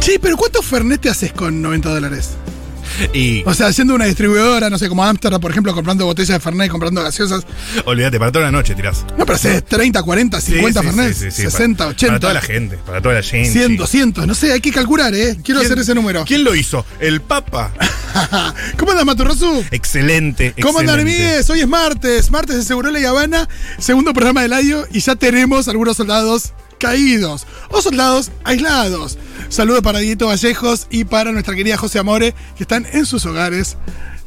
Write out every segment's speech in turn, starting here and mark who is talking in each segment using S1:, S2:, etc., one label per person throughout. S1: Sí, pero ¿cuántos Fernet te haces con 90 dólares?
S2: Y
S1: O sea, siendo una distribuidora, no sé, como Amsterdam, por ejemplo, comprando botellas de Fernet, comprando gaseosas.
S2: olvídate, para toda la noche tirás.
S1: No, pero haces 30, 40, 50
S2: Sí, sí,
S1: Fernet,
S2: sí, sí, sí,
S1: 60,
S2: para,
S1: 80.
S2: Para toda la gente, para toda la gente.
S1: 100, 200, no sé, hay que calcular, ¿eh? Quiero
S2: ¿Quién-
S1: hacer ese número.
S2: ¿Quién lo hizo? ¿El Papa?
S1: ¿Cómo andas, Maturrosu?
S2: Excelente.
S1: ¿Cómo andan,
S2: excelente.
S1: amigues? Hoy es martes, martes de Segurola y Habana, segundo programa del año y ya tenemos algunos soldados caídos o soldados aislados. Saludos para Dieto Vallejos y para nuestra querida José Amore, que están en sus hogares.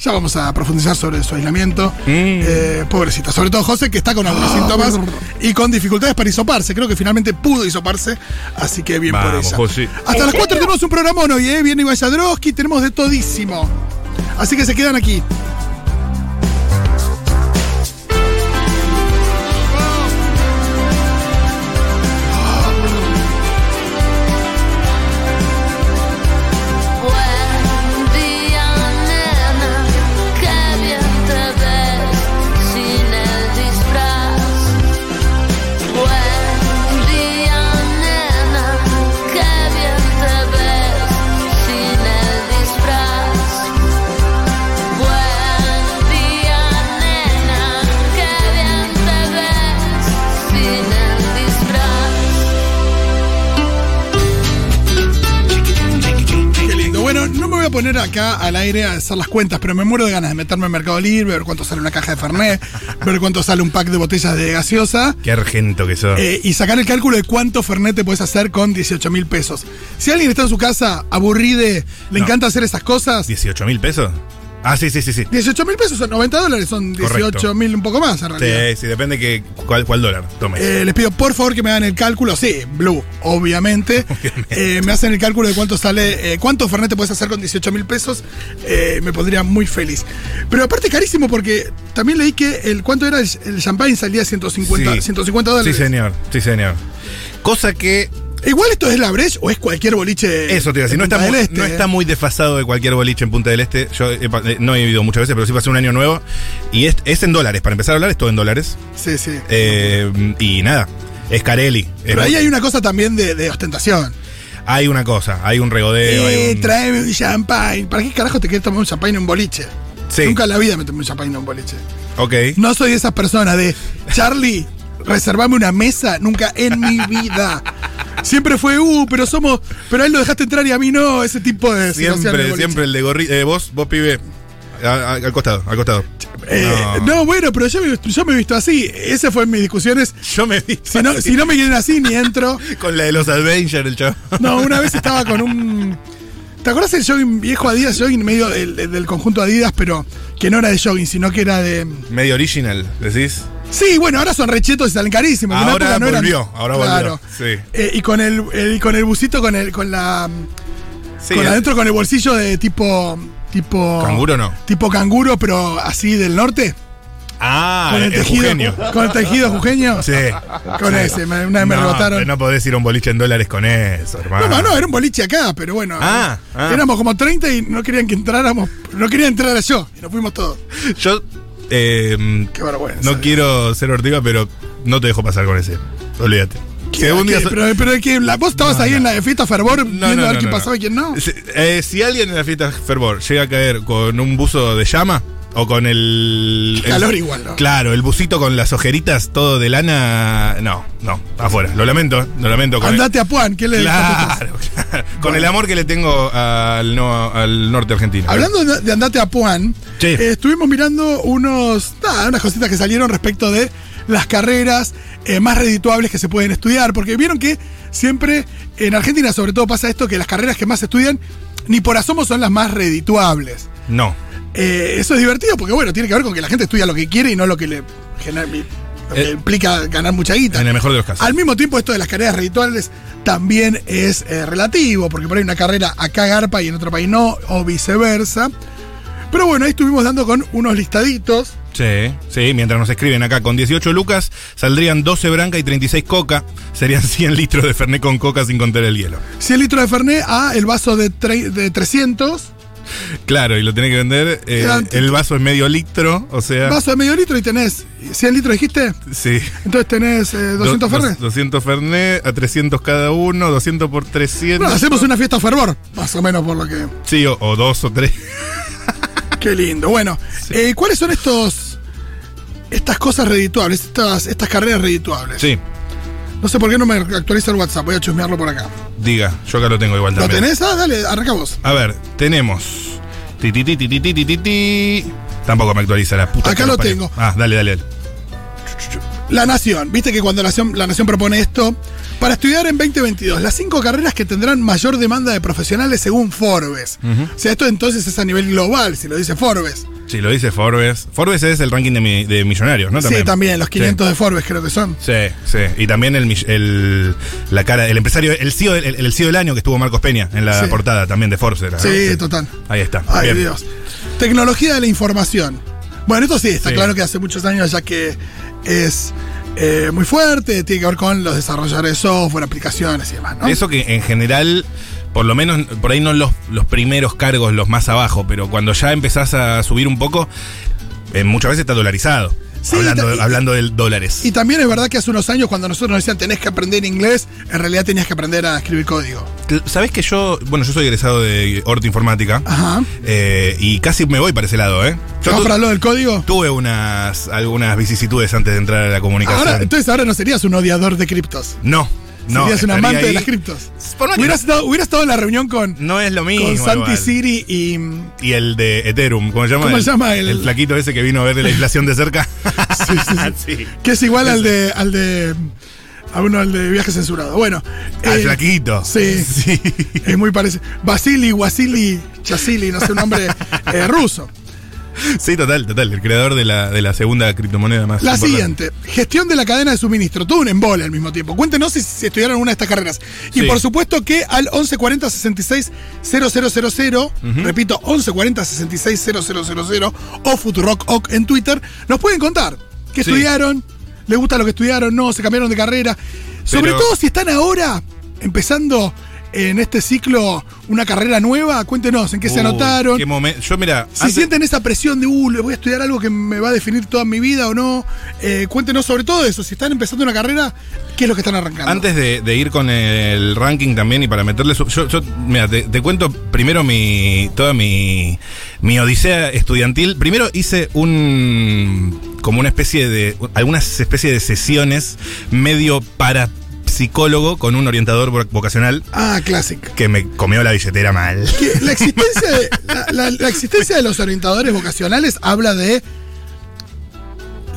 S1: Ya vamos a profundizar sobre su aislamiento.
S2: Mm.
S1: Eh, pobrecita, sobre todo José, que está con algunos
S2: Ah,
S1: síntomas y con dificultades para hisoparse. Creo que finalmente pudo hisoparse, así que bien por
S2: Vamos,
S1: ella.
S2: José.
S1: Hasta las 4 tenemos un programón hoy, ¿eh? Viene Iván Yadrowski, tenemos de todísimo. Así que se quedan aquí.
S3: Buen día, nena, qué bien te ves sin el disfraz. Buen día, nena, qué bien te ves sin el disfraz. Buen día, nena, qué bien te ves sin el disfraz.
S1: Qué lindo. Bueno, no me voy a poner acá al aire a hacer las cuentas, pero me muero de ganas de meterme en Mercado Libre, ver cuánto sale una caja de Fernet, ver cuánto sale un pack de botellas de gaseosa.
S2: Qué argento que sos.
S1: eh, y sacar el cálculo de cuánto Fernet te puedes hacer con 18 mil pesos. Si alguien está en su casa aburride, le
S2: No.
S1: encanta hacer esas cosas,
S2: ¿18 mil pesos? Ah, sí, sí, sí, sí.
S1: 18 mil pesos son 90 dólares, son
S2: Correcto.
S1: 18 mil un poco más en realidad.
S2: Sí, sí, depende que cuál, cuál dólar tomes.
S1: Eh, les pido por favor que me hagan el cálculo, sí, Blue, obviamente. Eh, me hacen el cálculo de cuánto sale, eh, cuánto Fernet te puedes hacer con 18 mil pesos. Eh, me pondría muy feliz. Pero aparte carísimo porque también leí que el cuánto era el, el champagne salía 150,
S2: Sí.
S1: 150 dólares.
S2: Sí, señor, sí, señor. Cosa que.
S1: Igual esto es la Breche o es cualquier boliche.
S2: Eso te iba a decir,
S1: en
S2: no está,
S1: Punta
S2: muy,
S1: del Este,
S2: no
S1: eh.
S2: está muy desfasado de cualquier boliche en Punta del Este. Yo he pa- eh, no he ido muchas veces, pero sí pasé un año nuevo. Y es, es en dólares, para empezar a hablar, es todo en dólares.
S1: Sí, sí.
S2: Eh, y nada, es Carelli.
S1: Pero
S2: Es-
S1: ahí hay una cosa también de, de ostentación.
S2: hay una cosa, hay un regodeo. hay
S1: Eh,
S2: un-
S1: tráeme un champagne. ¿Para qué carajo te quieres tomar un champagne en un boliche?
S2: Sí.
S1: Nunca en la vida me tomé un champagne en un boliche.
S2: Ok.
S1: No soy de esas personas de Charlie, reservame una mesa nunca en mi vida. Siempre fue, uh, pero somos, pero a él lo dejaste entrar y a mí no, ese tipo de situación en el
S2: Siempre,
S1: boliche.
S2: siempre el de gorri. eh, vos, vos pibe. a- a- al costado, al costado.
S1: Eh, no. bueno, pero yo me, yo me he visto así. Esa fue en mis discusiones.
S2: Yo me vi
S1: Si no, si no me quieren así, ni entro.
S2: con la de los Avengers, el chavo.
S1: No, una vez estaba con un. ¿Te acuerdas el jogging viejo Adidas, jogging medio del, del conjunto Adidas, pero que no era de jogging, sino que era de.
S2: Medio original, decís.
S1: Sí, bueno, ahora son rechetos y salen carísimos. En una
S2: Ahora
S1: época no eran-
S2: volvió, ahora volvió, sí.
S1: Eh, y con el, el- con el busito, con el, con la.
S2: Sí.
S1: con
S2: eh,
S1: adentro con el bolsillo de tipo. tipo.
S2: Canguro no.
S1: Tipo canguro, pero así del norte.
S2: Ah,
S1: con el, tejido.
S2: Eugenio.
S1: Con el tejido jujeño.
S2: Sí.
S1: Con
S2: Sí.
S1: ese, me- una vez me
S2: No,
S1: rebotaron.
S2: pero No podés ir a un boliche en dólares con eso, hermano.
S1: No, no, no, era un boliche acá, pero bueno.
S2: Ah,
S1: eh,
S2: ah.
S1: Éramos como 30 y no querían que entráramos. No quería entrar yo. Y nos fuimos todos.
S2: Yo. eh,
S1: Qué vergüenza.
S2: no quiero ser ortiva, pero no te dejo pasar con ese. Olvídate. Si
S1: ¿Qué-
S2: algún día
S1: qué?
S2: so-
S1: pero, pero que la, vos estabas ahí en la de fiesta fervor
S2: No,
S1: viendo
S2: no,
S1: a ver
S2: no,
S1: quién
S2: no,
S1: pasaba y quién no.
S2: Si, eh, si alguien en la fiesta Fervor llega a caer con un buzo de llama o con el. el-
S1: Calor igual, ¿no?
S2: Claro, el bucito con las ojeritas todo de lana. No, no, afuera. Lo lamento, lo lamento. Con el-
S1: Andate a Puan, ¿qué le
S2: Claro, claro. Con el amor que le tengo al, no- al norte argentino.
S1: Hablando de, de andate a Puan,
S2: Sí.
S1: eh, estuvimos mirando unos, nada, unas cositas que salieron respecto de las carreras eh, más redituables que se pueden estudiar, porque vieron que siempre en Argentina sobre todo pasa esto, que las carreras que más se estudian ni por asomo son las más redituables.
S2: No.
S1: Eh, eso es divertido porque bueno, tiene que ver con que la gente estudia lo que quiere y no lo que le genera- lo que
S2: Eh,
S1: implica ganar mucha guita.
S2: En el mejor de los casos.
S1: Al mismo tiempo, esto de las carreras redituales también es eh, relativo, porque por ahí una carrera acá garpa y en otro país no, o viceversa. Pero bueno, ahí estuvimos dando con unos listaditos.
S2: Sí, sí, mientras nos escriben acá, con 18 lucas saldrían 12 branca y 36 coca, serían 100 litros de Fernet con coca sin contar el hielo.
S1: 100 litros de Fernet a el vaso de, tre- de 300.
S2: Claro, y lo tenés que vender. eh,
S1: Quedan-
S2: el vaso es medio litro, o sea.
S1: Vaso de medio litro y tenés 100 litros, dijiste.
S2: Sí.
S1: Entonces tenés eh, 200
S2: Do-
S1: fernet.
S2: dos- 200 Fernet, a 300 cada uno, 200 por 300.
S1: Bueno, hacemos una fiesta a fervor, más o menos por lo que.
S2: Sí, o, o dos o tres.
S1: Qué lindo. Bueno, eh, ¿cuáles son estos. Estas cosas redituables, estas, estas carreras redituables?
S2: Sí,
S1: No sé por qué no me actualiza el WhatsApp, voy a chusmearlo por acá.
S2: diga, yo acá lo tengo igual
S1: ¿Lo
S2: también.
S1: tenés? Ah, dale, arranca vos.
S2: A ver, tenemos. Ti, ti, ti, ti, ti, ti, ti, ti, ti. Tampoco me actualiza la puta.
S1: Acá
S2: que
S1: lo
S2: parió.
S1: tengo.
S2: Ah, dale, dale. dale.
S1: La Nación, viste que cuando la Nación, la Nación propone esto, para estudiar en 2022, las cinco carreras que tendrán mayor demanda de profesionales según Forbes. O sea, esto entonces es a nivel global, si lo dice Forbes.
S2: Sí, lo dice Forbes. Forbes es el ranking de, mi- de millonarios, ¿no?
S1: Sí, también, los
S2: Sí.
S1: 500 de Forbes creo que son.
S2: Sí, sí. Y también el, mill- el- la cara, el empresario, el CEO, del- el, el CEO del año que estuvo Marcos Peña en la
S1: Sí.
S2: portada también de Forbes. era,
S1: Sí,
S2: ¿no?
S1: total.
S2: Ahí está.
S1: Ay,
S2: Bien.
S1: Dios. Tecnología de la información. Bueno, esto sí, está
S2: Sí.
S1: claro que hace muchos años ya que es eh, muy fuerte, tiene que ver con los desarrolladores de software, aplicaciones y demás, ¿no?
S2: Eso que en general, por lo menos, por ahí no los, los primeros cargos, los más abajo, pero cuando ya empezás a subir un poco, eh, muchas veces está dolarizado.
S1: Sí,
S2: hablando,
S1: y-
S2: de, hablando de dólares.
S1: Y también es verdad que hace unos años cuando nosotros nos decían tenés que aprender inglés, en realidad tenías que aprender a escribir código.
S2: ¿Sabés que yo, bueno, yo soy egresado de Horta Informática
S1: Ajá.
S2: eh, y casi me voy para ese lado, ¿eh? Yo
S1: Ah. ¿Vamos
S2: tu-
S1: para lo del código?
S2: tuve unas, algunas vicisitudes antes de entrar a la comunicación.
S1: Ahora, entonces ahora no serías un odiador de criptos.
S2: no, no.
S1: serías un
S2: estaría
S1: amante de
S2: ahí.
S1: las criptos.
S2: Por más que
S1: Hubieras, estado, hubieras estado en la reunión con,
S2: no, no es lo mismo.
S1: con Santi
S2: igual.
S1: Siri y... mm,
S2: Y el de Ethereum, ¿cómo se llama?
S1: ¿Cómo
S2: el,
S1: se llama el-
S2: el flaquito ese que vino a ver la inflación de cerca.
S1: sí, sí, sí.
S2: Sí.
S1: Que es igual al de. al de. a uno al de viaje censurado. Bueno.
S2: Al
S1: eh,
S2: flaquito.
S1: sí.
S2: Sí.
S1: Es muy parecido. Vasily, Wasili, Chasili, no sé, un nombre eh, ruso.
S2: Sí, total, total. El creador de la, de la segunda criptomoneda más.
S1: La
S2: importante.
S1: siguiente, gestión de la cadena de suministro. Todo un embole al mismo tiempo. Cuéntenos si, si estudiaron una de estas carreras. Y
S2: Sí.
S1: por supuesto que al 1140 66 0000, repito, 1140 66 0000 o Futurock en Twitter, nos pueden contar qué
S2: Sí.
S1: estudiaron, les gusta lo que estudiaron, no, se cambiaron de carrera. Sobre
S2: Pero-
S1: todo si están ahora empezando en este ciclo una carrera nueva, cuéntenos en qué se
S2: Uh,
S1: anotaron.
S2: qué momen- Yo, mira.
S1: Si sienten esa presión de, uh, le voy a estudiar algo que me va a definir toda mi vida o no, eh, cuéntenos sobre todo eso. Si están empezando una carrera, ¿qué es lo que están arrancando?
S2: Antes de, de ir con el ranking también y para meterle su- yo, yo mira, te, te cuento primero mi toda mi mi odisea estudiantil. Primero hice un como una especie de algunas especie de sesiones medio para psicólogo con un orientador vo- vocacional
S1: Ah, clásico.
S2: que me comió la billetera mal.
S1: Que La existencia, de, la, la- la existencia de los orientadores vocacionales habla de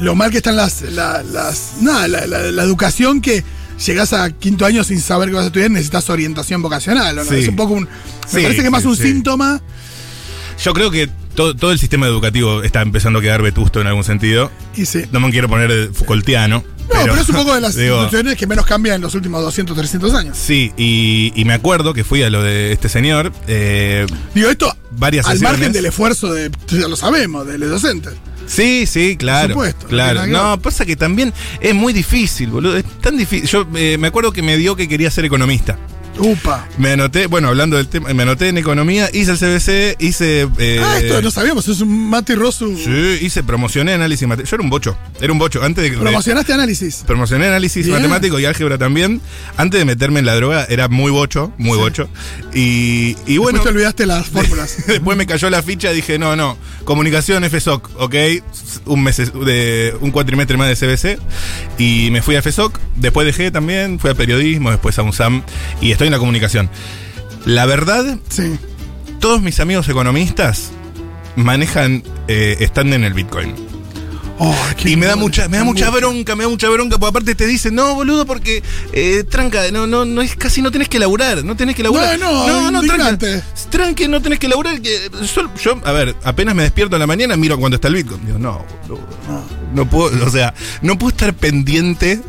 S1: lo mal que están las. la- las nada, la, la- la educación que llegás a quinto año sin saber qué vas a estudiar, necesitas orientación vocacional. ¿o no?
S2: Sí.
S1: Es un poco un. Me
S2: Sí,
S1: parece que es más
S2: sí,
S1: un
S2: sí.
S1: síntoma.
S2: Yo creo que todo, todo el sistema educativo está empezando a quedar vetusto en algún sentido.
S1: Y sí.
S2: No me quiero poner eh, Foucaultiano.
S1: No, pero, es un poco de las
S2: digo,
S1: instituciones que menos cambian en los últimos 200, 300 años.
S2: Sí, y, y me acuerdo que fui a lo de este señor. eh,
S1: Digo, esto
S2: Varias
S1: al
S2: sesiones.
S1: margen del esfuerzo de, ya lo sabemos, de los docentes.
S2: sí, sí, claro.
S1: Por supuesto, no
S2: claro.
S1: tiene nada que
S2: No, pasa que también es muy difícil, boludo. Es tan difícil. Yo eh, me acuerdo que me dio que quería ser economista.
S1: Upa.
S2: Me anoté, bueno, hablando del tema, me anoté en economía, hice el CBC, hice. eh,
S1: ah, esto no sabíamos, es un Mati Rosu.
S2: Sí, hice, promocioné análisis matemático. Yo era un bocho, era un bocho. Antes de que.
S1: Promocionaste análisis.
S2: Promocioné análisis
S1: Bien.
S2: matemático y álgebra también. Antes de meterme en la droga, era muy bocho, muy bocho. Y, y
S1: Después
S2: bueno.
S1: te olvidaste las fórmulas.
S2: Después me cayó la ficha, dije, no, no, comunicación FSOC, ok, un mes de un cuatrimestre más de CBC y me fui a FSOC, después dejé también, fui a periodismo, después a UNSAM y estoy en la comunicación. La verdad,
S1: sí.
S2: todos mis amigos economistas manejan eh, están en el Bitcoin.
S1: Oh, qué
S2: y me da
S1: bueno.
S2: mucha, me da mucha bronca, me da mucha bronca, porque aparte te dicen, no, boludo, porque eh, tranca, no, no, no es casi no tenés que laburar, no tenés que laburar.
S1: No, no,
S2: tranca,
S1: indignante.
S2: tranque, no tenés que laburar. que yo, yo, a ver, apenas me despierto en la mañana, miro cuando está el Bitcoin. Digo, no, boludo, no, no puedo, o sea, no puedo estar pendiente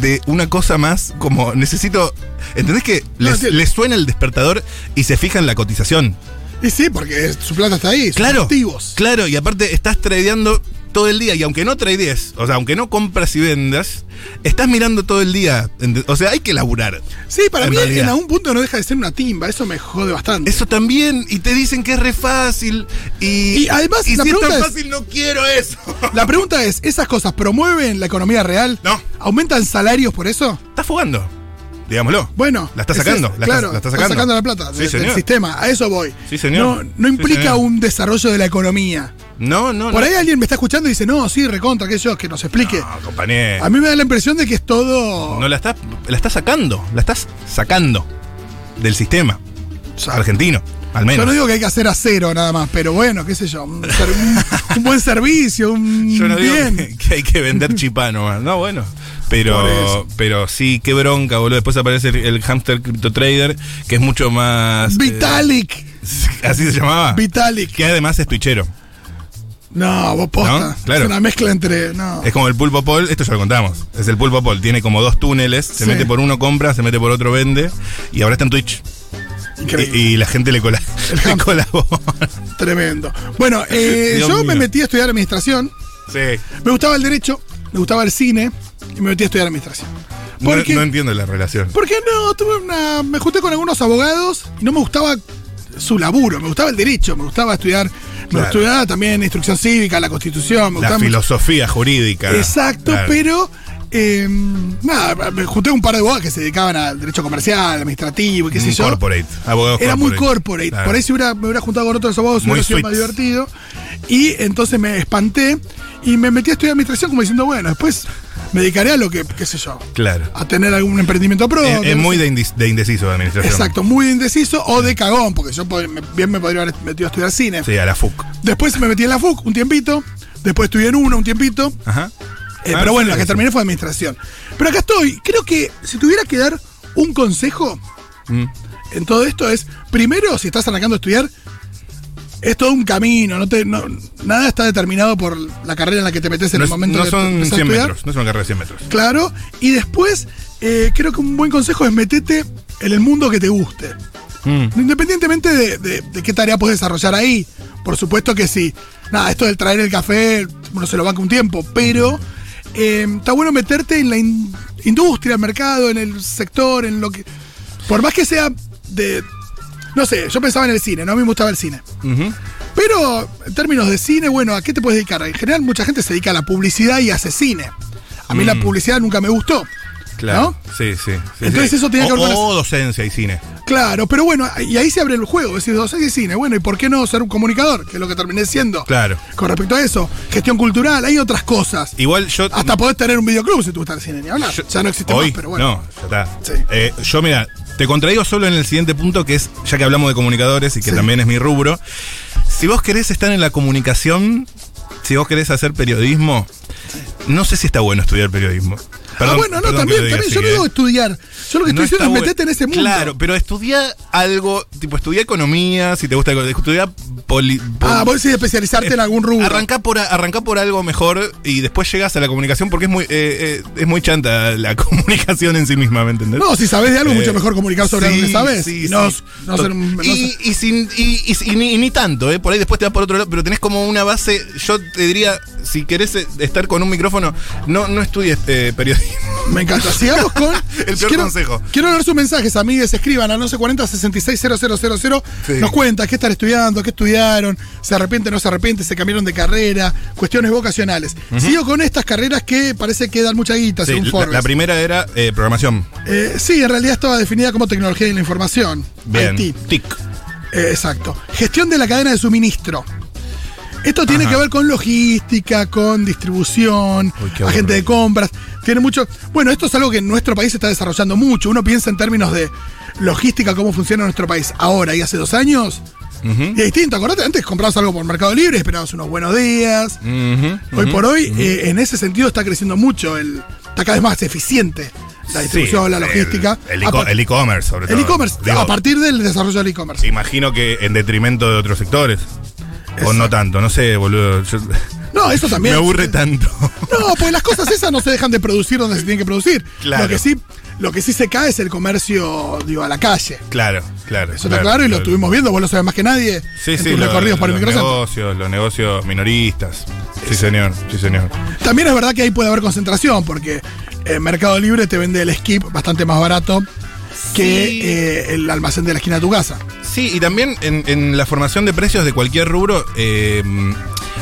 S2: de una cosa más como necesito. ¿Entendés que les,
S1: entiendo.
S2: les suena el despertador y se fija en la cotización?
S1: Y sí, porque es- su plata está ahí. sus
S2: Claro.
S1: activos.
S2: Claro, y aparte estás tradeando todo el día. Y aunque no tradees, o sea, aunque no compras y vendas, estás mirando todo el día. Ent- O sea, hay que laburar.
S1: Sí, para
S2: En
S1: mí
S2: realidad.
S1: en algún punto no deja de ser una timba. Eso me jode bastante.
S2: Eso también, y te dicen que es re fácil. Y,
S1: Y además,
S2: y
S1: la
S2: si es tan
S1: pregunta es-
S2: fácil, no quiero eso.
S1: La pregunta es, ¿esas cosas promueven la economía real?
S2: No.
S1: ¿Aumentan salarios por eso?
S2: Estás fugando, digámoslo.
S1: Bueno.
S2: La está
S1: ese-
S2: sacando, la está-
S1: claro,
S2: la está sacando.
S1: la plata de-
S2: Sí,
S1: del
S2: señor.
S1: sistema. A eso voy.
S2: Sí, señor.
S1: No,
S2: Sí,
S1: no implica
S2: señor.
S1: un desarrollo de la economía.
S2: No, no,
S1: Por
S2: no.
S1: ahí alguien me está escuchando y dice, no, sí, recontra, que yo, que nos explique.
S2: No, compañero.
S1: A mí me da la impresión de que es todo...
S2: No la estás, la estás sacando, la estás sacando del sistema
S1: o sea,
S2: argentino, al
S1: yo
S2: menos.
S1: no digo que hay que hacer a cero nada más, pero bueno, qué sé yo, un, ser- un- un buen servicio, un
S2: Yo no digo
S1: bien.
S2: que, que hay que vender chipano más. No, bueno.
S1: Por eso.
S2: Pero, pero sí, qué bronca, boludo. Después aparece el, el hamster crypto trader, que es mucho más. eh,
S1: Vitalik,
S2: así se llamaba.
S1: Vitalik.
S2: que además es twitchero.
S1: No, vos posta.
S2: ¿No? Claro.
S1: Es una mezcla entre... No.
S2: Es como el pulpo Paul, esto ya lo contamos. Es el pulpo Paul, tiene como dos túneles, se
S1: Sí.
S2: mete por uno, compra, se mete por otro, vende. Y ahora está en Twitch.
S1: Increíble.
S2: Y, y la gente le, cola, le
S1: hamster.
S2: colabora.
S1: Tremendo. Bueno, eh,
S2: Dios
S1: yo me
S2: mío.
S1: metí a estudiar administración.
S2: sí.
S1: Me gustaba el derecho, me gustaba el cine y me metí a estudiar administración.
S2: No,
S1: Porque,
S2: no entiendo la relación.
S1: porque no, tuve una, me junté con algunos abogados y no me gustaba su laburo, me gustaba el derecho, me gustaba estudiar, me
S2: Claro.
S1: gustaba también instrucción cívica, la constitución, me
S2: La
S1: gustaba mucho-
S2: filosofía jurídica.
S1: Exacto,
S2: Claro.
S1: pero eh, nada, me junté con un par de abogados que se dedicaban al derecho comercial, administrativo, y qué sé
S2: Un
S1: yo.
S2: corporate. abogado
S1: Era muy corporate.
S2: corporate. Claro.
S1: Por ahí si hubiera, me hubiera juntado con otros abogados,
S2: Muy
S1: hubiera sido más
S2: suits.
S1: divertido. Y entonces me espanté y me metí a estudiar administración como diciendo, bueno, después me dedicaré a lo que, qué sé yo,
S2: Claro.
S1: a tener algún emprendimiento propio.
S2: Es, es
S1: Ah, no
S2: muy
S1: sé.
S2: de, indis- de indeciso de administración.
S1: Exacto, muy indeciso o de cagón, porque yo pod- me- bien me podría haber metido a estudiar cine.
S2: Sí, a la FUC.
S1: Después me metí en la FUC un tiempito, después estudié en una un tiempito,
S2: Ajá.
S1: eh,
S2: Ah,
S1: pero bueno,
S2: sí,
S1: la que
S2: sí.
S1: terminé fue administración. Pero acá estoy, creo que si tuviera que dar un consejo,
S2: Mm.
S1: en todo esto es, primero, si estás arrancando a estudiar, es todo un camino, no te, no- nada está determinado por la carrera en la que te metes en
S2: No,
S1: el
S2: es-
S1: momento
S2: no
S1: que
S2: son
S1: empezás a
S2: 100
S1: estudiar.
S2: metros, no es una carrera de 100 metros.
S1: Claro, y después eh, creo que un buen consejo es metete en el mundo que te guste.
S2: Mm.
S1: Independientemente de, de- de qué tarea puedes desarrollar ahí. Por supuesto que sí. Nada, esto del traer el café, uno se lo banca un tiempo, pero eh, está bueno meterte en la in- industria, el mercado, en el sector, en lo que. Por más que sea de. No sé, yo pensaba en el cine, ¿no? A mí me gustaba el cine.
S2: Ujú.
S1: Pero en términos de cine, bueno, ¿a qué te puedes dedicar? En general, mucha gente se dedica a la publicidad y hace cine. A mí la publicidad nunca me gustó.
S2: Mm. Claro.
S1: ¿No?
S2: Sí, sí, sí,
S1: Entonces
S2: sí.
S1: eso tenía que
S2: O-
S1: ver con
S2: O docencia y cine.
S1: Claro, pero bueno, y ahí se abre el juego. Es decir, docencia y cine. Bueno, ¿y por qué no ser un comunicador? Que es lo que terminé siendo.
S2: Claro.
S1: Con respecto a eso, gestión cultural, hay otras cosas.
S2: Igual yo.
S1: Hasta podés tener un videoclub si tú estás en cine, ni hablar.
S2: yo-
S1: ya no existe
S2: hoy,
S1: más, pero bueno.
S2: No, ya está.
S1: Sí.
S2: Eh, yo, mira, te contradigo solo en el siguiente punto, que es, ya que hablamos de comunicadores y que
S1: Sí.
S2: también es mi rubro. Si vos querés estar en la comunicación, si vos querés hacer periodismo, no sé si está bueno estudiar periodismo. Perdón-
S1: ah, bueno, no,
S2: perdón que lo
S1: también,
S2: diga
S1: también.
S2: así,
S1: Yo no
S2: ¿eh?
S1: digo estudiar. Yo lo que estoy diciendo
S2: No está
S1: es
S2: bueno.
S1: metete en ese mundo. Ah,
S2: Claro, pero estudia algo, tipo estudia economía, si te gusta, estudia poli,
S1: Ah,
S2: pol-
S1: vos decís especializarte
S2: eh,
S1: en algún rubro.
S2: Arrancá por, arrancá por algo mejor y después llegas a la comunicación porque es muy, eh, eh, es muy chanta la comunicación en sí misma, ¿me entendés?
S1: No, si sabés de algo,
S2: Eh,
S1: mucho mejor comunicar sobre
S2: sí,
S1: algo que sabés.
S2: sí,
S1: y no,
S2: sí.
S1: no ser un. no
S2: y,
S1: ser-
S2: y sin- y- y- y ni, y ni tanto, ¿eh? por ahí después te vas por otro lado, pero tenés como una base. Yo te diría, si querés eh, estar con un micrófono, no, no estudies eh, periodismo.
S1: Me encanta. Sigamos con.
S2: El peor
S1: quiero,
S2: consejo.
S1: Quiero leer sus mensajes, amigues. Escriban al 1140 660000.
S2: Sí.
S1: Nos cuentan qué están estudiando, qué estudiaron, se arrepienten, no se arrepienten, se cambiaron de carrera, cuestiones vocacionales. Sigo con estas carreras que parece que dan mucha guita,
S2: Sí,
S1: según
S2: la,
S1: Forbes.
S2: la primera era eh, programación.
S1: Eh, sí, en realidad estaba definida como tecnología de la información.
S2: Bien.
S1: IT.
S2: TIC.
S1: Eh, exacto. Gestión de la cadena de suministro. Esto tiene
S2: Ajá.
S1: que ver con logística, con distribución,
S2: Uy,
S1: agente
S2: qué aburrido.
S1: de compras. Tiene mucho. Bueno, esto es algo que en nuestro país se está desarrollando mucho. Uno piensa en términos de logística, cómo funciona nuestro país ahora y hace dos años. Y es distinto, acordate, antes comprabas algo por Mercado Libre, esperabas unos buenos días.
S2: Ujú,
S1: Hoy
S2: ujú.
S1: por hoy, eh, en ese sentido, está creciendo mucho. El, está cada vez más eficiente la distribución,
S2: Sí,
S1: la logística.
S2: El
S1: A
S2: el
S1: par-
S2: e- el e-commerce, sobre todo.
S1: el e-commerce,
S2: Digo,
S1: a partir del desarrollo del e-commerce.
S2: Imagino que en detrimento de otros sectores. O no tanto, no sé, boludo. yo-
S1: No, eso
S2: me
S1: también.
S2: aburre tanto.
S1: No, pues las cosas esas no se dejan de producir donde se tienen que producir.
S2: Claro.
S1: Lo que sí, lo que sí se cae es el comercio, digo, a la calle.
S2: claro. Claro.
S1: Eso está claro y lo estuvimos viendo, vos lo sabes más que nadie.
S2: Sí,
S1: en
S2: sí,
S1: tus
S2: lo-
S1: recorridos por el
S2: los
S1: microcentro.
S2: negocios, los negocios minoristas. Sí, señor, sí, señor.
S1: También es verdad que ahí puede haber concentración, porque eh, Mercado Libre te vende el skip bastante más barato que
S2: Sí.
S1: eh, el almacén de la esquina de tu casa.
S2: Sí, y también en, en la formación de precios de cualquier rubro eh,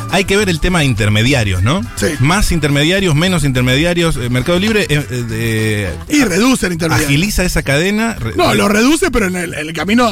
S2: hay que ver el tema de intermediarios, ¿no?
S1: Sí.
S2: Más intermediarios, menos intermediarios. Eh, Mercado Libre eh, eh, de-
S1: Y reduce el intermediario.
S2: agiliza esa cadena. re-
S1: No, lo reduce, pero en el, en el camino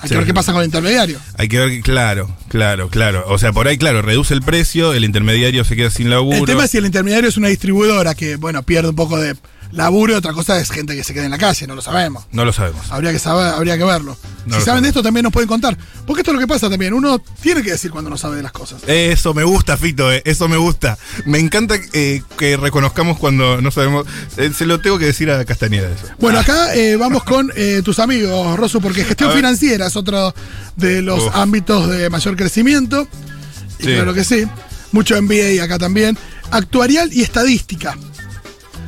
S1: hay
S2: Sí.
S1: que ver qué pasa con el intermediario.
S2: Hay que ver, que- claro, claro, claro. O sea, por ahí, claro, reduce el precio, el intermediario se queda sin laburo.
S1: El tema es si el intermediario es una distribuidora que, bueno, pierde un poco de laburo, otra cosa es gente que se queda en la calle, no lo sabemos.
S2: No lo sabemos.
S1: Habría que saber, habría que verlo.
S2: No
S1: si
S2: lo
S1: saben
S2: sabemos.
S1: de esto también nos pueden contar. Porque esto es lo que pasa también, uno tiene que decir cuando no sabe de las cosas.
S2: Eso me gusta, Fito, eh, eso me gusta. Me encanta eh, que reconozcamos cuando no sabemos. Eh, se lo tengo que decir a Castañeda eso.
S1: Bueno, acá eh, vamos con eh, tus amigos, Rosu, porque gestión
S2: Ah. A ver.
S1: financiera es otro de los
S2: Uf.
S1: ámbitos de mayor crecimiento. Y
S2: Sí.
S1: claro que sí. Mucho MBA acá también. Actuarial y estadística.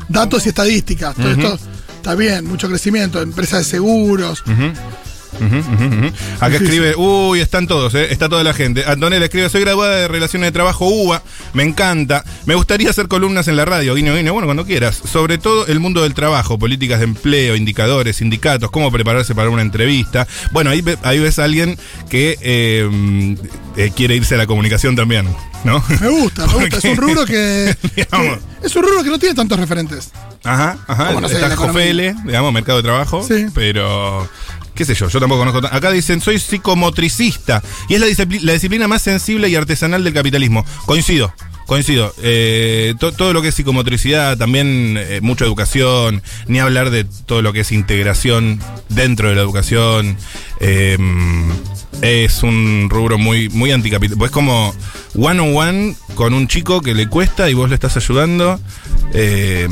S1: Datos y estadísticas. Todo esto está bien, mucho crecimiento. Empresas de seguros.
S2: Ujú, ujú, ujú. Acá escribe, uy, están todos, eh, está toda la gente. Antonella escribe, soy graduada de Relaciones de Trabajo UBA, me encanta. Me gustaría hacer columnas en la radio, guiño, guiño, bueno, cuando quieras. Sobre todo el mundo del trabajo, políticas de empleo, indicadores, sindicatos, cómo prepararse para una entrevista. Bueno, ahí, ve- ahí ves a alguien que eh, mm, eh, quiere irse a la comunicación también, ¿no?
S1: Me gusta, me gusta. Es un
S2: Porque-
S1: rubro que.
S2: Digamos.
S1: que- es un rubro que no tiene tantos referentes.
S2: Ajá, ajá.
S1: Como no sé,
S2: Está
S1: la economía.
S2: Jofele, digamos, mercado de trabajo.
S1: Sí.
S2: Pero, qué sé yo, yo tampoco conozco. tan- Acá dicen, soy psicomotricista. Y es la, discipli- la disciplina más sensible y artesanal del capitalismo. Coincido. Coincido. Eh, to- todo lo que es psicomotricidad, también eh, mucha educación, ni hablar de todo lo que es integración dentro de la educación. Eh, es un rubro muy, muy anticapital. Pues como one on one con un chico que le cuesta y vos le estás ayudando. Eh,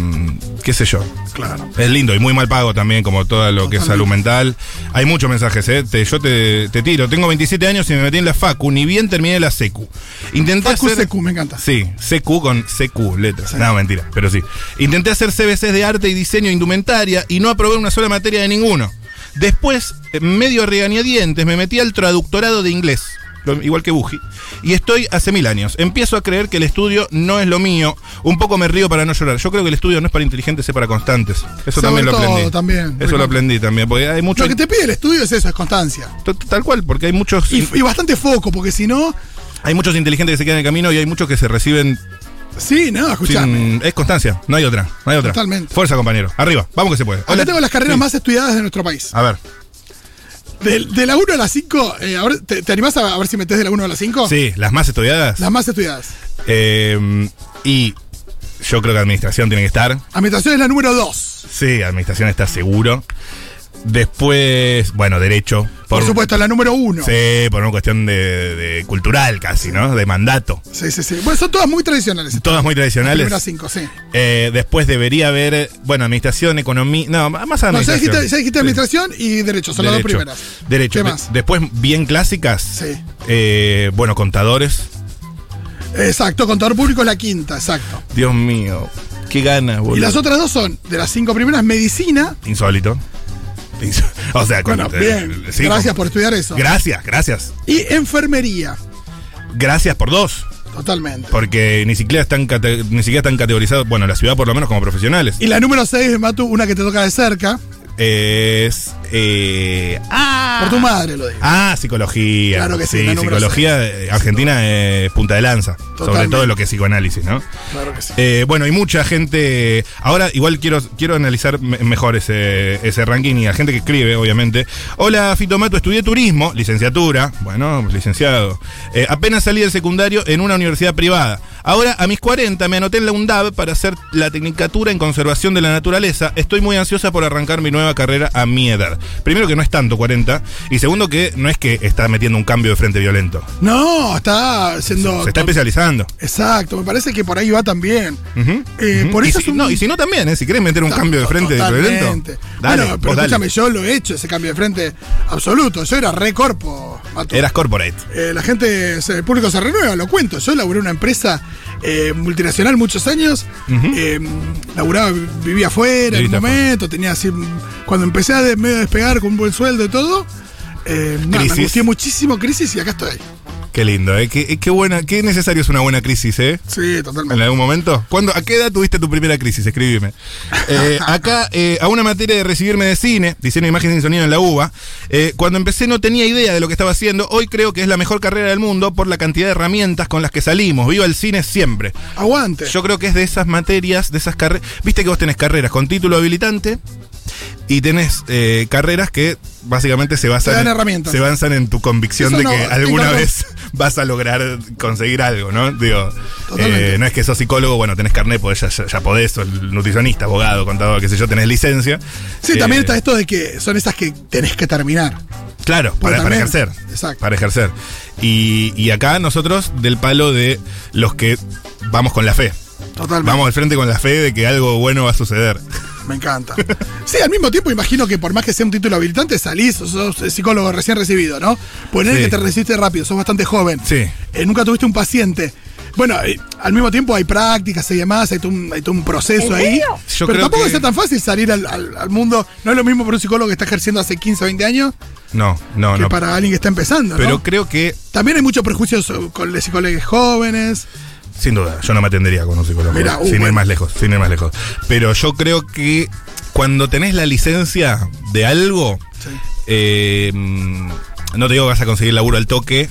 S2: qué sé yo.
S1: Claro.
S2: Es lindo y muy mal pago también, como todo lo que es salud mental. Hay muchos mensajes, ¿eh? Te- yo te, te tiro. Tengo 27 años y me metí en la facu, ni bien terminé la secu. Intenté hacer...
S1: QCQ, me encanta.
S2: Sí, CQ con CQ, letras. No, mentira, pero sí. Intenté hacer CBCs de arte y diseño e indumentaria y no aprobé una sola materia de ninguno. Después, eh, medio regañadientes, me metí al traductorado de inglés, lo- igual que Buji, y estoy hace mil años. Empiezo a creer que el estudio no es lo mío. Un poco me río para no llorar. Yo creo que el estudio no es para inteligentes, es para constantes. Eso
S1: Sobre
S2: también lo
S1: todo,
S2: aprendí.
S1: también.
S2: Eso lo aprendí también, porque hay mucho...
S1: Lo que te pide el estudio es eso, es constancia.
S2: T- t- Tal cual, porque hay muchos...
S1: Y, y bastante foco, porque si no,
S2: Hay muchos inteligentes que se quedan en el camino y hay muchos que se reciben
S1: sí, no, escuchame.
S2: Sin- es constancia, no hay otra, no hay otra.
S1: Totalmente.
S2: Fuerza, compañero. Arriba, vamos que se puede.
S1: Acá
S2: Hola.
S1: tengo las carreras
S2: Sí. Ah.
S1: más estudiadas de nuestro país.
S2: A ver.
S1: De, de la 1 a la 5, eh, a ver, ¿te, te animás a, a ver si metés de la 1 a la 5?
S2: Sí, las más estudiadas.
S1: Las más estudiadas.
S2: Eh, y yo creo que administración tiene que estar.
S1: Administración es la número 2.
S2: Sí, administración está seguro. Después, bueno, derecho.
S1: Por, supuesto, la número 1.
S2: Sí, por una cuestión de, de cultural casi, ¿no? De mandato.
S1: sí, sí, sí. Bueno, son todas muy tradicionales.
S2: Todas muy tradicionales.
S1: Número 5, sí.
S2: Eh, después debería haber, bueno, administración, economía. No, más
S1: No, ya
S2: administración.
S1: dijiste, ya dijiste
S2: Sí.
S1: administración y derecho, son las dos
S2: Derecho.
S1: primeras.
S2: Derecho.
S1: ¿Qué
S2: De-
S1: más?
S2: después, bien clásicas.
S1: Sí.
S2: Eh, bueno, contadores.
S1: Exacto, contador público es la quinta, exacto.
S2: Dios mío. Qué ganas, boludo.
S1: Y las otras dos son, de las cinco primeras, medicina.
S2: Insólito. Inso- O sea, con-
S1: Bueno,
S2: eh,
S1: bien.
S2: sí,
S1: gracias
S2: con-
S1: por estudiar eso.
S2: Gracias, gracias.
S1: y enfermería,
S2: Gracias por dos.
S1: totalmente.
S2: Porque ni siquiera están, cate- ni siquiera están categorizados, bueno, la ciudad por lo menos como profesionales.
S1: Y la número 6, Matu, una que te toca de cerca.
S2: Es. eh, ah.
S1: Por tu madre lo digo.
S2: Ah, psicología.
S1: Claro que sí, la número
S2: psicología eh, argentina es punta de lanza. Sobre
S1: Totalmente.
S2: todo lo que es psicoanálisis, ¿no?
S1: Claro que sí.
S2: Eh, bueno, y mucha gente. Ahora, igual quiero, quiero analizar me- mejor ese, ese ranking y la gente que escribe, obviamente. Hola, Fitomato, estudié turismo, licenciatura. Bueno, licenciado. Eh, apenas salí del secundario en una universidad privada. Ahora, a mis 40, me anoté en la UNDAB para hacer la Tecnicatura en Conservación de la Naturaleza. Estoy muy ansiosa por arrancar mi nueva carrera a mi edad. Primero, que no es tanto 40. Y segundo, que no es que está metiendo un cambio de frente violento.
S1: No, está siendo.
S2: Se está especializando.
S1: Exacto, me parece que por ahí va también.
S2: Ujú,
S1: Eh,
S2: ujú.
S1: Por
S2: y,
S1: eso
S2: si,
S1: es un.
S2: no, y si no también, ¿eh? si querés meter un cambio de frente de
S1: Totalmente.
S2: violento. Dale,
S1: bueno, pero
S2: vos dale.
S1: escúchame, yo lo he hecho, ese cambio de frente absoluto. Yo era re corpo, Matu.
S2: Eras corporate.
S1: Eh, la gente, se- el público se renueva, lo cuento. Yo laburé en una empresa eh, multinacional muchos años.
S2: Ujú.
S1: eh, laburaba, vivía afuera en un
S2: Viviste afuera.
S1: momento. Tenía así. Cuando empecé a de- medio a despegar con un buen sueldo y todo. eh, nada, me
S2: Crisis.
S1: angustié muchísimo crisis y acá estoy.
S2: Qué lindo, ¿eh? Qué, qué buena, qué necesario es una buena crisis, ¿eh?
S1: Sí,
S2: ¿En
S1: totalmente.
S2: algún momento? ¿Cuándo, ¿A qué edad tuviste tu primera crisis? Escríbeme. Eh, acá, eh, a una materia de recibirme de cine, diseño, imagen y sonido en la UBA. eh, cuando empecé no tenía idea de lo que estaba haciendo. Hoy creo que es la mejor carrera del mundo por la cantidad de herramientas con las que salimos. Viva el cine siempre.
S1: Aguante.
S2: Yo creo que es de esas materias, de esas carreras. Viste que vos tenés carreras con título habilitante y tenés eh, carreras que básicamente se basan,
S1: Te dan herramientas.
S2: se basan en tu convicción
S1: Eso
S2: de
S1: no,
S2: que
S1: tengo
S2: alguna
S1: no.
S2: vez vas a lograr conseguir algo, ¿no? Digo,
S1: Totalmente.
S2: eh, no es que sos psicólogo, bueno, tenés carnet, podés, ya, ya- ya podés, sos nutricionista, abogado, contador, qué sé yo, tenés licencia.
S1: sí,
S2: Eh,
S1: también está esto de que son esas que tenés que terminar.
S2: Claro, para, para
S1: también.
S2: ejercer.
S1: Exacto.
S2: Para ejercer. Y, y acá nosotros del palo de los que vamos con la fe.
S1: Totalmente.
S2: Vamos al frente con la fe de que algo bueno va a suceder.
S1: Me encanta. Sí, al mismo tiempo imagino que por más que sea un título habilitante, salís, sos eh, psicólogo recién recibido, ¿no? Poner
S2: Sí.
S1: que te resiste rápido, sos bastante joven.
S2: Sí.
S1: Eh, nunca tuviste un paciente. Bueno, eh, al mismo tiempo hay prácticas y demás, hay todo un, hay todo un proceso ahí.
S2: Yo
S1: pero
S2: creo
S1: tampoco
S2: que-
S1: es tan fácil salir al, al- al mundo. No es lo mismo para un psicólogo que está ejerciendo hace 15 o 20 años
S2: No, no,
S1: que
S2: no.
S1: para alguien que está empezando. ¿no?
S2: pero creo que,
S1: También hay muchos prejuicios sobre- con los psicólogos jóvenes.
S2: sin duda, yo no me atendería con un psicólogo.
S1: Mirá, uh,
S2: sin ir
S1: bueno.
S2: más lejos, sin ir más lejos. Pero yo creo que cuando tenés la licencia de algo, eh, mm, no te digo que vas a conseguir laburo al toque,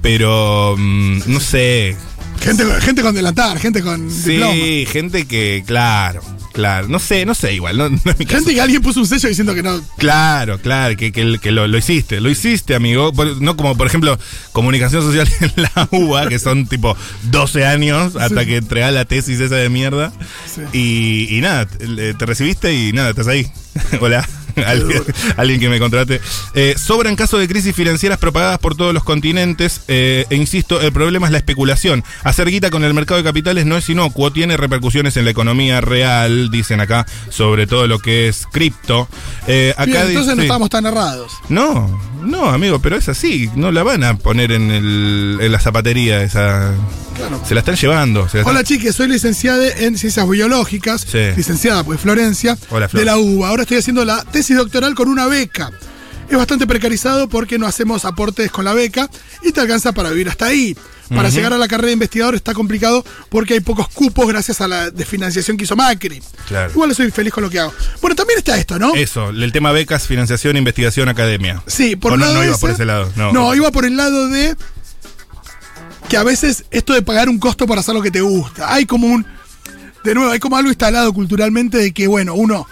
S2: pero mm, no sé.
S1: Gente, gente con delantar, gente con
S2: Sí,
S1: diploma.
S2: gente que, claro, claro. No sé, no sé igual, no, no es mi caso.
S1: Gente que alguien puso un sello diciendo que no.
S2: Claro, claro, que, que- que lo, lo hiciste, lo hiciste, amigo. Por- no como, por ejemplo, comunicación social en la UBA, que son tipo 12 años hasta
S1: Sí.
S2: que entregas la tesis esa de mierda.
S1: Sí.
S2: Y, y nada, te te recibiste y nada, estás ahí. Hola. Alguien,
S1: duro.
S2: alguien que me contrate. Eh, sobran casos de crisis financieras propagadas por todos los continentes. eh, e insisto, el problema es la especulación. Hacer guita con el mercado de capitales no es inocuo, tiene repercusiones en la economía real, dicen acá, sobre todo lo que es cripto. Eh, acá
S1: Bien,
S2: di-
S1: entonces no
S2: sí.
S1: estábamos tan errados.
S2: No, no, amigo, pero es así. No la van a poner en, el- en la zapatería esa.
S1: Claro.
S2: Se la están llevando. se la están-
S1: Hola chiques, soy licenciada en Ciencias Biológicas,
S2: Sí.
S1: licenciada pues Florencia,
S2: Hola, Flor.
S1: de la UBA. Ahora estoy haciendo la tesis doctoral con una beca. Es bastante precarizado porque no hacemos aportes con la beca y te alcanza para vivir hasta ahí. Para llegar a la carrera de investigador está complicado porque hay pocos cupos gracias a la desfinanciación que hizo Macri.
S2: Claro. Eh,
S1: Igual soy feliz con lo que hago. Bueno, también está esto, ¿no?
S2: Eso, el tema becas, financiación, investigación, academia.
S1: Sí, por
S2: O
S1: un
S2: no,
S1: lado
S2: no iba
S1: ese.
S2: por ese lado. No,
S1: iba por el lado de que a veces esto de pagar un costo para hacer lo que te gusta. Hay como un. De nuevo, hay como algo instalado culturalmente de que, bueno, uno,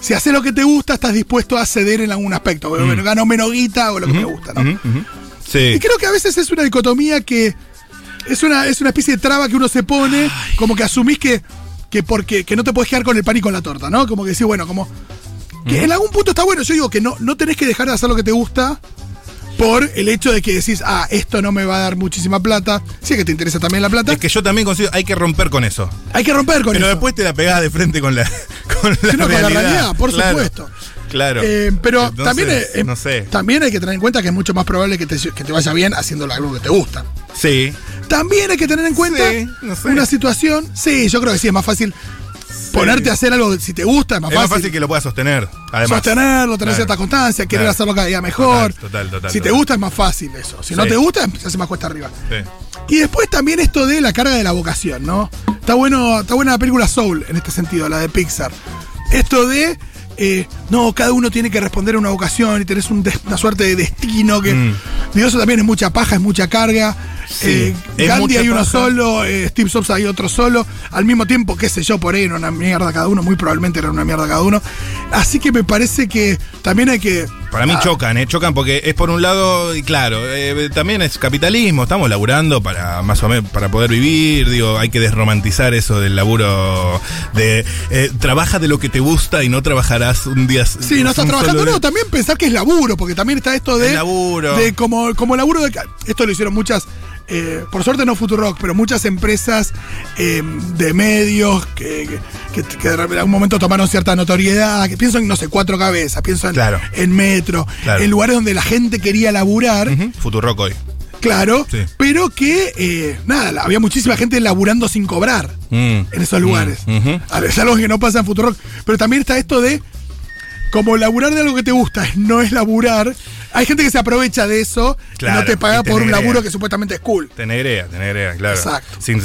S1: si haces lo que te gusta, estás dispuesto a ceder en algún aspecto. Bueno, gano menos guita o lo que me gusta, ¿no?
S2: Mm. Ujú, ujú.
S1: Y
S2: Sí.
S1: creo que a veces es una dicotomía que. Es una, es una especie de traba que uno se pone, como que asumís que, que porque que no te puedes quedar con el pan y con la torta, ¿no? Como que decís, bueno, como. Que
S2: Mm.
S1: en algún punto está bueno. Yo digo que no, no tenés que dejar de hacer lo que te gusta por el hecho de que decís, ah, esto no me va a dar muchísima plata. Si es que te interesa también la plata.
S2: Es que yo también considero, hay que romper con eso.
S1: Hay que romper con
S2: Pero
S1: eso.
S2: después te la pegás de frente con la, con la,
S1: Sí, no, con la
S2: realidad.
S1: realidad, por
S2: Claro,
S1: supuesto.
S2: Claro.
S1: Eh, pero
S2: Entonces,
S1: también, eh,
S2: no sé.
S1: también hay que tener en cuenta que es mucho más probable que te, que te vaya bien haciendo algo que te gusta.
S2: Sí.
S1: También hay que tener en cuenta
S2: Sí, no sé.
S1: una situación. Sí, yo creo que sí, es más fácil ponerte a hacer algo si te gusta, es más
S2: Es más
S1: fácil.
S2: fácil que lo puedas sostener. Además.
S1: Sostenerlo, tener
S2: Claro.
S1: cierta constancia, querer
S2: Claro.
S1: hacerlo cada día mejor.
S2: Total, total, total,
S1: si te
S2: total.
S1: gusta es más fácil eso. Si no
S2: Sí.
S1: te gusta, se hace más cuesta arriba.
S2: Sí.
S1: Y después también esto de la carga de la vocación, ¿no? Está bueno, está buena la película Soul en este sentido, la de Pixar. Esto de eh, no, cada uno tiene que responder a una vocación y tenés un des- una suerte de destino que.
S2: Mm.
S1: Digo, eso también es mucha paja, es mucha carga.
S2: Sí,
S1: Eh,
S2: es
S1: Gandhi
S2: mucha
S1: hay uno
S2: paja.
S1: solo, eh, Steve Jobs hay otro solo. Al mismo tiempo, qué sé yo, por ahí era una mierda cada uno, muy probablemente era una mierda cada uno. Así que me parece que también hay que.
S2: Para mí
S1: Ah,
S2: chocan, ¿eh? Chocan porque es por un lado, y claro, eh, también es capitalismo, estamos laburando para más o menos para poder vivir, digo, hay que desromantizar eso del laburo de eh, trabaja de lo que te gusta y no trabajarás un día.
S1: Sí, no estás trabajando, no,
S2: también.
S1: también pensar que es laburo, porque también está esto de.
S2: Es laburo.
S1: De como, como laburo de. ca- Esto lo hicieron muchas. eh, por suerte no Futurock, pero muchas empresas eh, de medios que, que, que de algún momento tomaron cierta notoriedad, que pienso en, no sé, cuatro cabezas, pienso en,
S2: Claro.
S1: en metro,
S2: Claro.
S1: en lugares donde la gente quería laburar,
S2: Futurock hoy.
S1: Claro,
S2: Sí.
S1: pero que, eh, nada, había muchísima gente laburando sin cobrar
S2: Mm.
S1: en esos lugares.
S2: Mm, ujú.
S1: A ver, Es algo que no pasa en Futurock. Pero también está esto de, como laburar de algo que te gusta, no es laburar. Hay gente que se aprovecha de eso y
S2: Claro,
S1: no te paga
S2: y te
S1: por un
S2: negrea.
S1: laburo que supuestamente es cool.
S2: Te negrea, te negrea, claro.
S1: Exacto.
S2: Sin,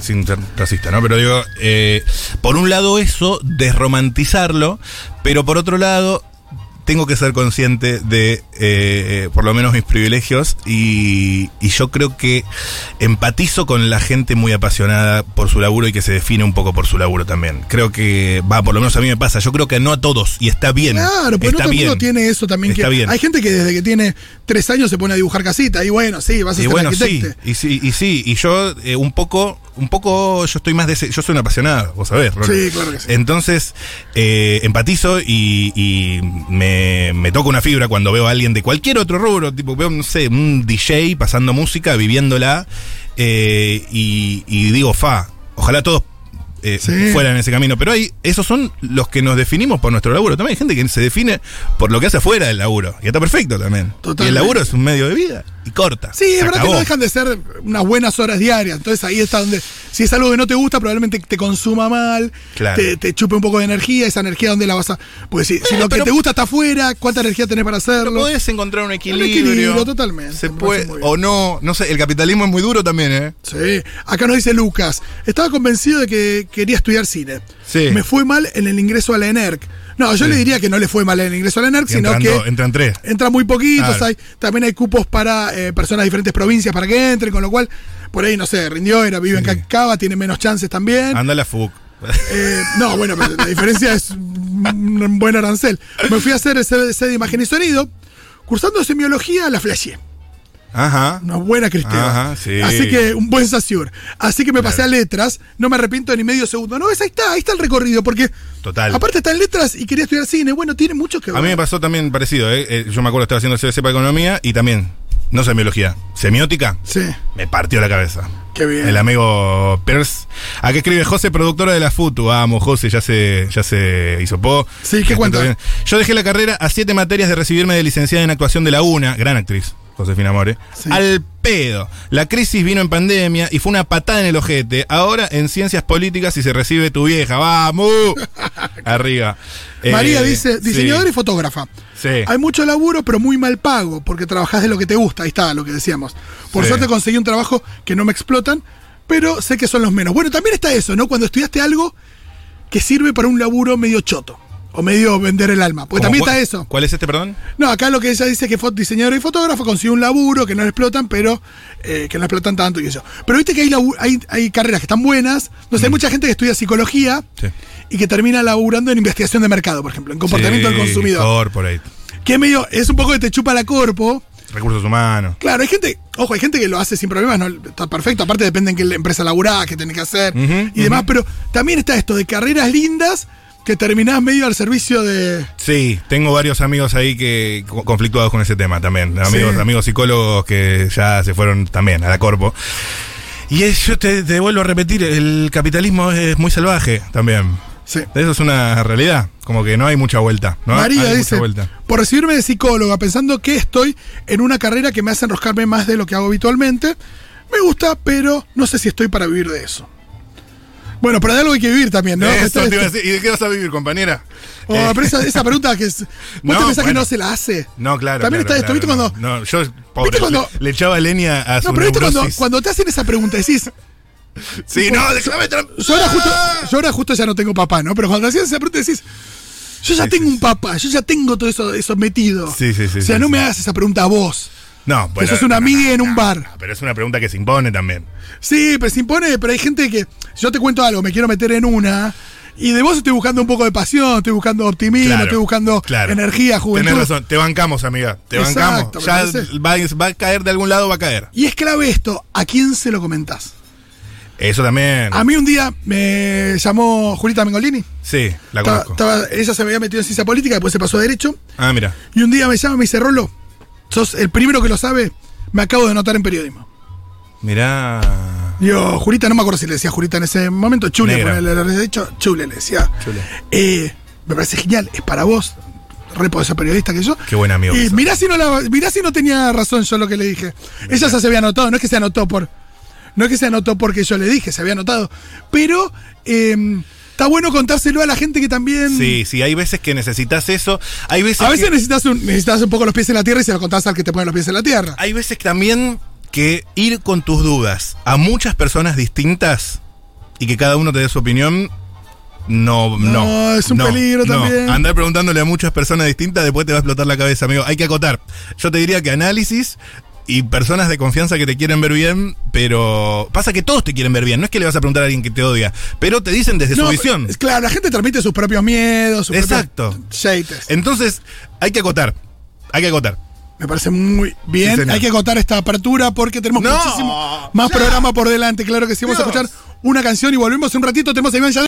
S2: sin ser racista, ¿no? Pero digo, eh, por un lado eso, desromantizarlo, pero por otro lado, tengo que ser consciente de, eh, por lo menos, mis privilegios y, y yo creo que empatizo con la gente muy apasionada por su laburo y que se define un poco por su laburo también. Creo que, va, por lo menos a mí me pasa, yo creo que no a todos y está bien.
S1: Claro, porque no
S2: está
S1: todo el mundo
S2: bien.
S1: tiene eso también.
S2: Está
S1: que,
S2: bien.
S1: Hay gente que desde que tiene tres años se pone a dibujar casita. Y bueno, sí, vas a
S2: Y
S1: ser
S2: bueno,
S1: arquitecto.
S2: sí, y sí, y sí, y yo eh, un poco, un poco, yo estoy más de ese- yo soy un apasionado, vos sabés. Rolo.
S1: Sí, claro que sí.
S2: Entonces, eh, empatizo y, y me, me toca una fibra cuando veo a alguien de cualquier otro rubro, tipo, veo, no sé, un DJ pasando música, viviéndola, eh, y, y digo, fa, ojalá todos eh,
S1: Sí.
S2: fueran ese camino. Pero hay, esos son los que nos definimos por nuestro laburo. También hay gente que se define por lo que hace afuera del laburo, y está perfecto también. Y el
S1: Totalmente.
S2: laburo es un medio de vida, y corta.
S1: Sí, es
S2: Se
S1: verdad que
S2: acabó.
S1: no dejan de ser unas buenas horas diarias. Entonces ahí está donde, si es algo que no te gusta, probablemente te consuma mal,
S2: Claro.
S1: te, te chupe un poco de energía, esa energía donde la vas a... Pues si, si lo que
S2: pero-
S1: te gusta está afuera, ¿cuánta energía tenés para hacerlo?
S2: Podés encontrar un equilibrio.
S1: equilibrio, totalmente,
S2: Se
S1: me
S2: puede,
S1: parece muy bien.
S2: o no, no sé, el capitalismo es muy duro también, ¿eh?
S1: Sí, acá nos dice Lucas, estaba convencido de que quería estudiar cine.
S2: Sí.
S1: Me fue mal en el ingreso a la ENERC. No, yo le diría que no le fue mal en el ingreso a la ENERC, sino
S2: Entran,
S1: que...
S2: dos, entran tres.
S1: Entran muy poquitos,
S2: Claro.
S1: hay, también hay cupos para eh, personas de diferentes provincias para que entren, con lo cual, por ahí, no sé, rindió, era, vive en
S2: Sí. Ah.
S1: Cacaba, tiene menos chances también.
S2: Anda la FUC.
S1: Eh, no, bueno, pero la diferencia es un buen arancel. Me fui a hacer el CBC de imagen y sonido, cursando semiología a la flashé.
S2: Ajá.
S1: Una buena cristiana.
S2: Ajá, sí.
S1: Así que un buen saciur. Así que me pasé a
S2: Claro.
S1: letras, no me arrepiento ni medio segundo. No, es, ahí está, ahí está el recorrido, porque
S2: Total.
S1: aparte está en letras y quería estudiar cine. Bueno, tiene mucho que ver.
S2: A mí me pasó también parecido, ¿eh? Eh, Yo me acuerdo estaba haciendo CBC para economía y también, no semiología, semiótica.
S1: Sí,
S2: Me partió la cabeza.
S1: qué bien.
S2: El amigo Pierce. Acá escribe José, productora de la FUTU. Amo, José, ya se, ya se hisopó.
S1: Sí, ¿qué
S2: Está
S1: cuenta?
S2: todo bien. Yo dejé la carrera a siete materias de recibirme de licenciada en actuación de la UNA, gran actriz, Josefina More.
S1: Sí.
S2: Al pedo. La crisis vino en pandemia y fue una patada en el ojete. Ahora en ciencias políticas y se recibe tu vieja. ¡Vamos! Arriba.
S1: María
S2: Eh,
S1: dice,
S2: sí,
S1: diseñadora y fotógrafa.
S2: Sí.
S1: Hay mucho laburo, pero muy mal pago, porque trabajás de lo que te gusta, ahí está lo que decíamos. Por
S2: Sí.
S1: suerte conseguí un trabajo que no me explotan, pero sé que son los menos. Bueno, también está eso, ¿no? Cuando estudiaste algo que sirve para un laburo medio choto, o medio vender el alma, porque
S2: ¿Cómo
S1: también
S2: cuál-
S1: está eso.
S2: ¿Cuál es este, perdón?
S1: No, acá lo que ella dice es que fue diseñadora y fotógrafo, consiguió un laburo que no le explotan, pero eh, que no explotan tanto y eso. Pero viste que hay, labu- hay, hay carreras que están buenas, no sé,
S2: Mm.
S1: hay mucha gente que estudia psicología
S2: Sí.
S1: y que termina laburando en investigación de mercado, por ejemplo, en comportamiento del
S2: Sí,
S1: consumidor.
S2: Corporate.
S1: Que medio, es un poco que te chupa la corpo.
S2: Recursos humanos.
S1: Claro, hay gente, ojo, hay gente que lo hace sin problemas, no, está perfecto, aparte depende en qué empresa laburás, qué tenés que hacer
S2: Ujú,
S1: y
S2: ujú.
S1: demás, pero también está esto de carreras lindas que terminás medio al servicio de...
S2: Sí, tengo varios amigos ahí que co- conflictuados con ese tema también. Amigos,
S1: Sí.
S2: amigos psicólogos que ya se fueron también a la corpo. Y es- yo te, te vuelvo a repetir, el capitalismo es muy salvaje también.
S1: Sí.
S2: Eso es una realidad, como que no hay mucha vuelta. ¿no?
S1: María
S2: Ah, Hay
S1: dice,
S2: mucha vuelta.
S1: por recibirme de psicóloga, pensando que estoy en una carrera que me hace enroscarme más de lo que hago habitualmente, me gusta, pero no sé si estoy para vivir de eso. Bueno, pero de algo hay que vivir también, ¿no?
S2: Eso
S1: Esto-
S2: te iba a decir. ¿Y de qué vas a vivir, compañera?
S1: Oh,
S2: Eh,
S1: pero esa, esa pregunta que es, ¿Vos
S2: No,
S1: te pensás que
S2: bueno.
S1: no se la hace?
S2: no, claro.
S1: También
S2: claro,
S1: está esto, ¿viste
S2: claro,
S1: cuando.?
S2: No, No, yo, pobre,
S1: ¿Viste cuando-
S2: le, le echaba leña a su
S1: No, pero viste cuando,
S2: neurosis.
S1: cuando te hacen esa pregunta, decís.
S2: Sí, no, déjame... tra-
S1: Yo ahora, justo, yo ahora justo ya no tengo papá, ¿no? Pero cuando te hacen esa pregunta, decís. Yo ya
S2: Sí,
S1: tengo
S2: sí,
S1: un papá, yo ya tengo todo eso, eso metido.
S2: Sí, sí, sí,
S1: O sea,
S2: sí,
S1: no
S2: sí.
S1: me hagas esa pregunta a vos.
S2: No, bueno.
S1: sos una
S2: no,
S1: amiga
S2: no,
S1: en un
S2: no,
S1: bar.
S2: no, Pero es una pregunta que se impone también.
S1: Sí, pero se impone, pero hay gente que. Yo te cuento algo, me quiero meter en una. Y de vos estoy buscando un poco de pasión, estoy buscando optimismo,
S2: Claro,
S1: estoy buscando
S2: claro.
S1: energía, juventud.
S2: Tenés razón, te bancamos, amiga. Te
S1: Exacto,
S2: bancamos.
S1: me
S2: Ya
S1: parece.
S2: va, va a caer de algún lado, va a caer.
S1: Y es clave esto, ¿a quién se lo comentás?
S2: Eso también.
S1: A mí un día me llamó Julita Mengolini.
S2: sí, la
S1: Estaba-
S2: conozco.
S1: estaba- ella se había metido en ciencia política, después se pasó a derecho.
S2: Ah, mira.
S1: Y un día me llama y me dice, Rolo, sos el primero que lo sabe, me acabo de anotar en periodismo.
S2: Mirá.
S1: Yo, Jurita, no me acuerdo si le decía Jurita en ese momento, Chule,
S2: Negra.
S1: ponele, le, le, le- de hecho, Chule le decía.
S2: Chule.
S1: Eh, me parece genial, es para vos. reposa periodista que yo.
S2: Qué buen amigo que
S1: Y
S2: sos.
S1: mirá si, no la- mirá si no tenía razón yo lo que le dije. Ella ya se había anotado, no es que se anotó por. No es que se anotó porque yo le dije, se había anotado. Pero eh, está bueno contárselo a la gente que también.
S2: Sí, sí, hay veces que necesitas eso. Hay veces
S1: A veces
S2: que-
S1: necesitas un, necesitas un poco los pies en la tierra y se lo contás al que te pone los pies en la tierra.
S2: hay veces también que ir con tus dudas a muchas personas distintas y que cada uno te dé su opinión. No, no.
S1: No, es un peligro también.
S2: Andar preguntándole a muchas personas distintas, después te va a explotar la cabeza, amigo. Hay que acotar. Yo te diría que análisis y personas de confianza que te quieren ver bien, pero pasa que todos te quieren ver bien. No es que le vas a preguntar a alguien que te odia, pero te dicen desde
S1: No,
S2: su visión.
S1: es- Claro, la gente transmite sus propios miedos, sus
S2: Exacto.
S1: propios shaites.
S2: Entonces, hay que acotar. Hay que acotar.
S1: Me parece muy
S2: Sí,
S1: bien.
S2: señor.
S1: Hay que acotar esta apertura porque tenemos
S2: No,
S1: muchísimo más
S2: ya.
S1: programa por delante. Claro que sí, vamos a
S2: Dios.
S1: escuchar una canción y volvemos en un ratito. Tenemos a Iván Yadel.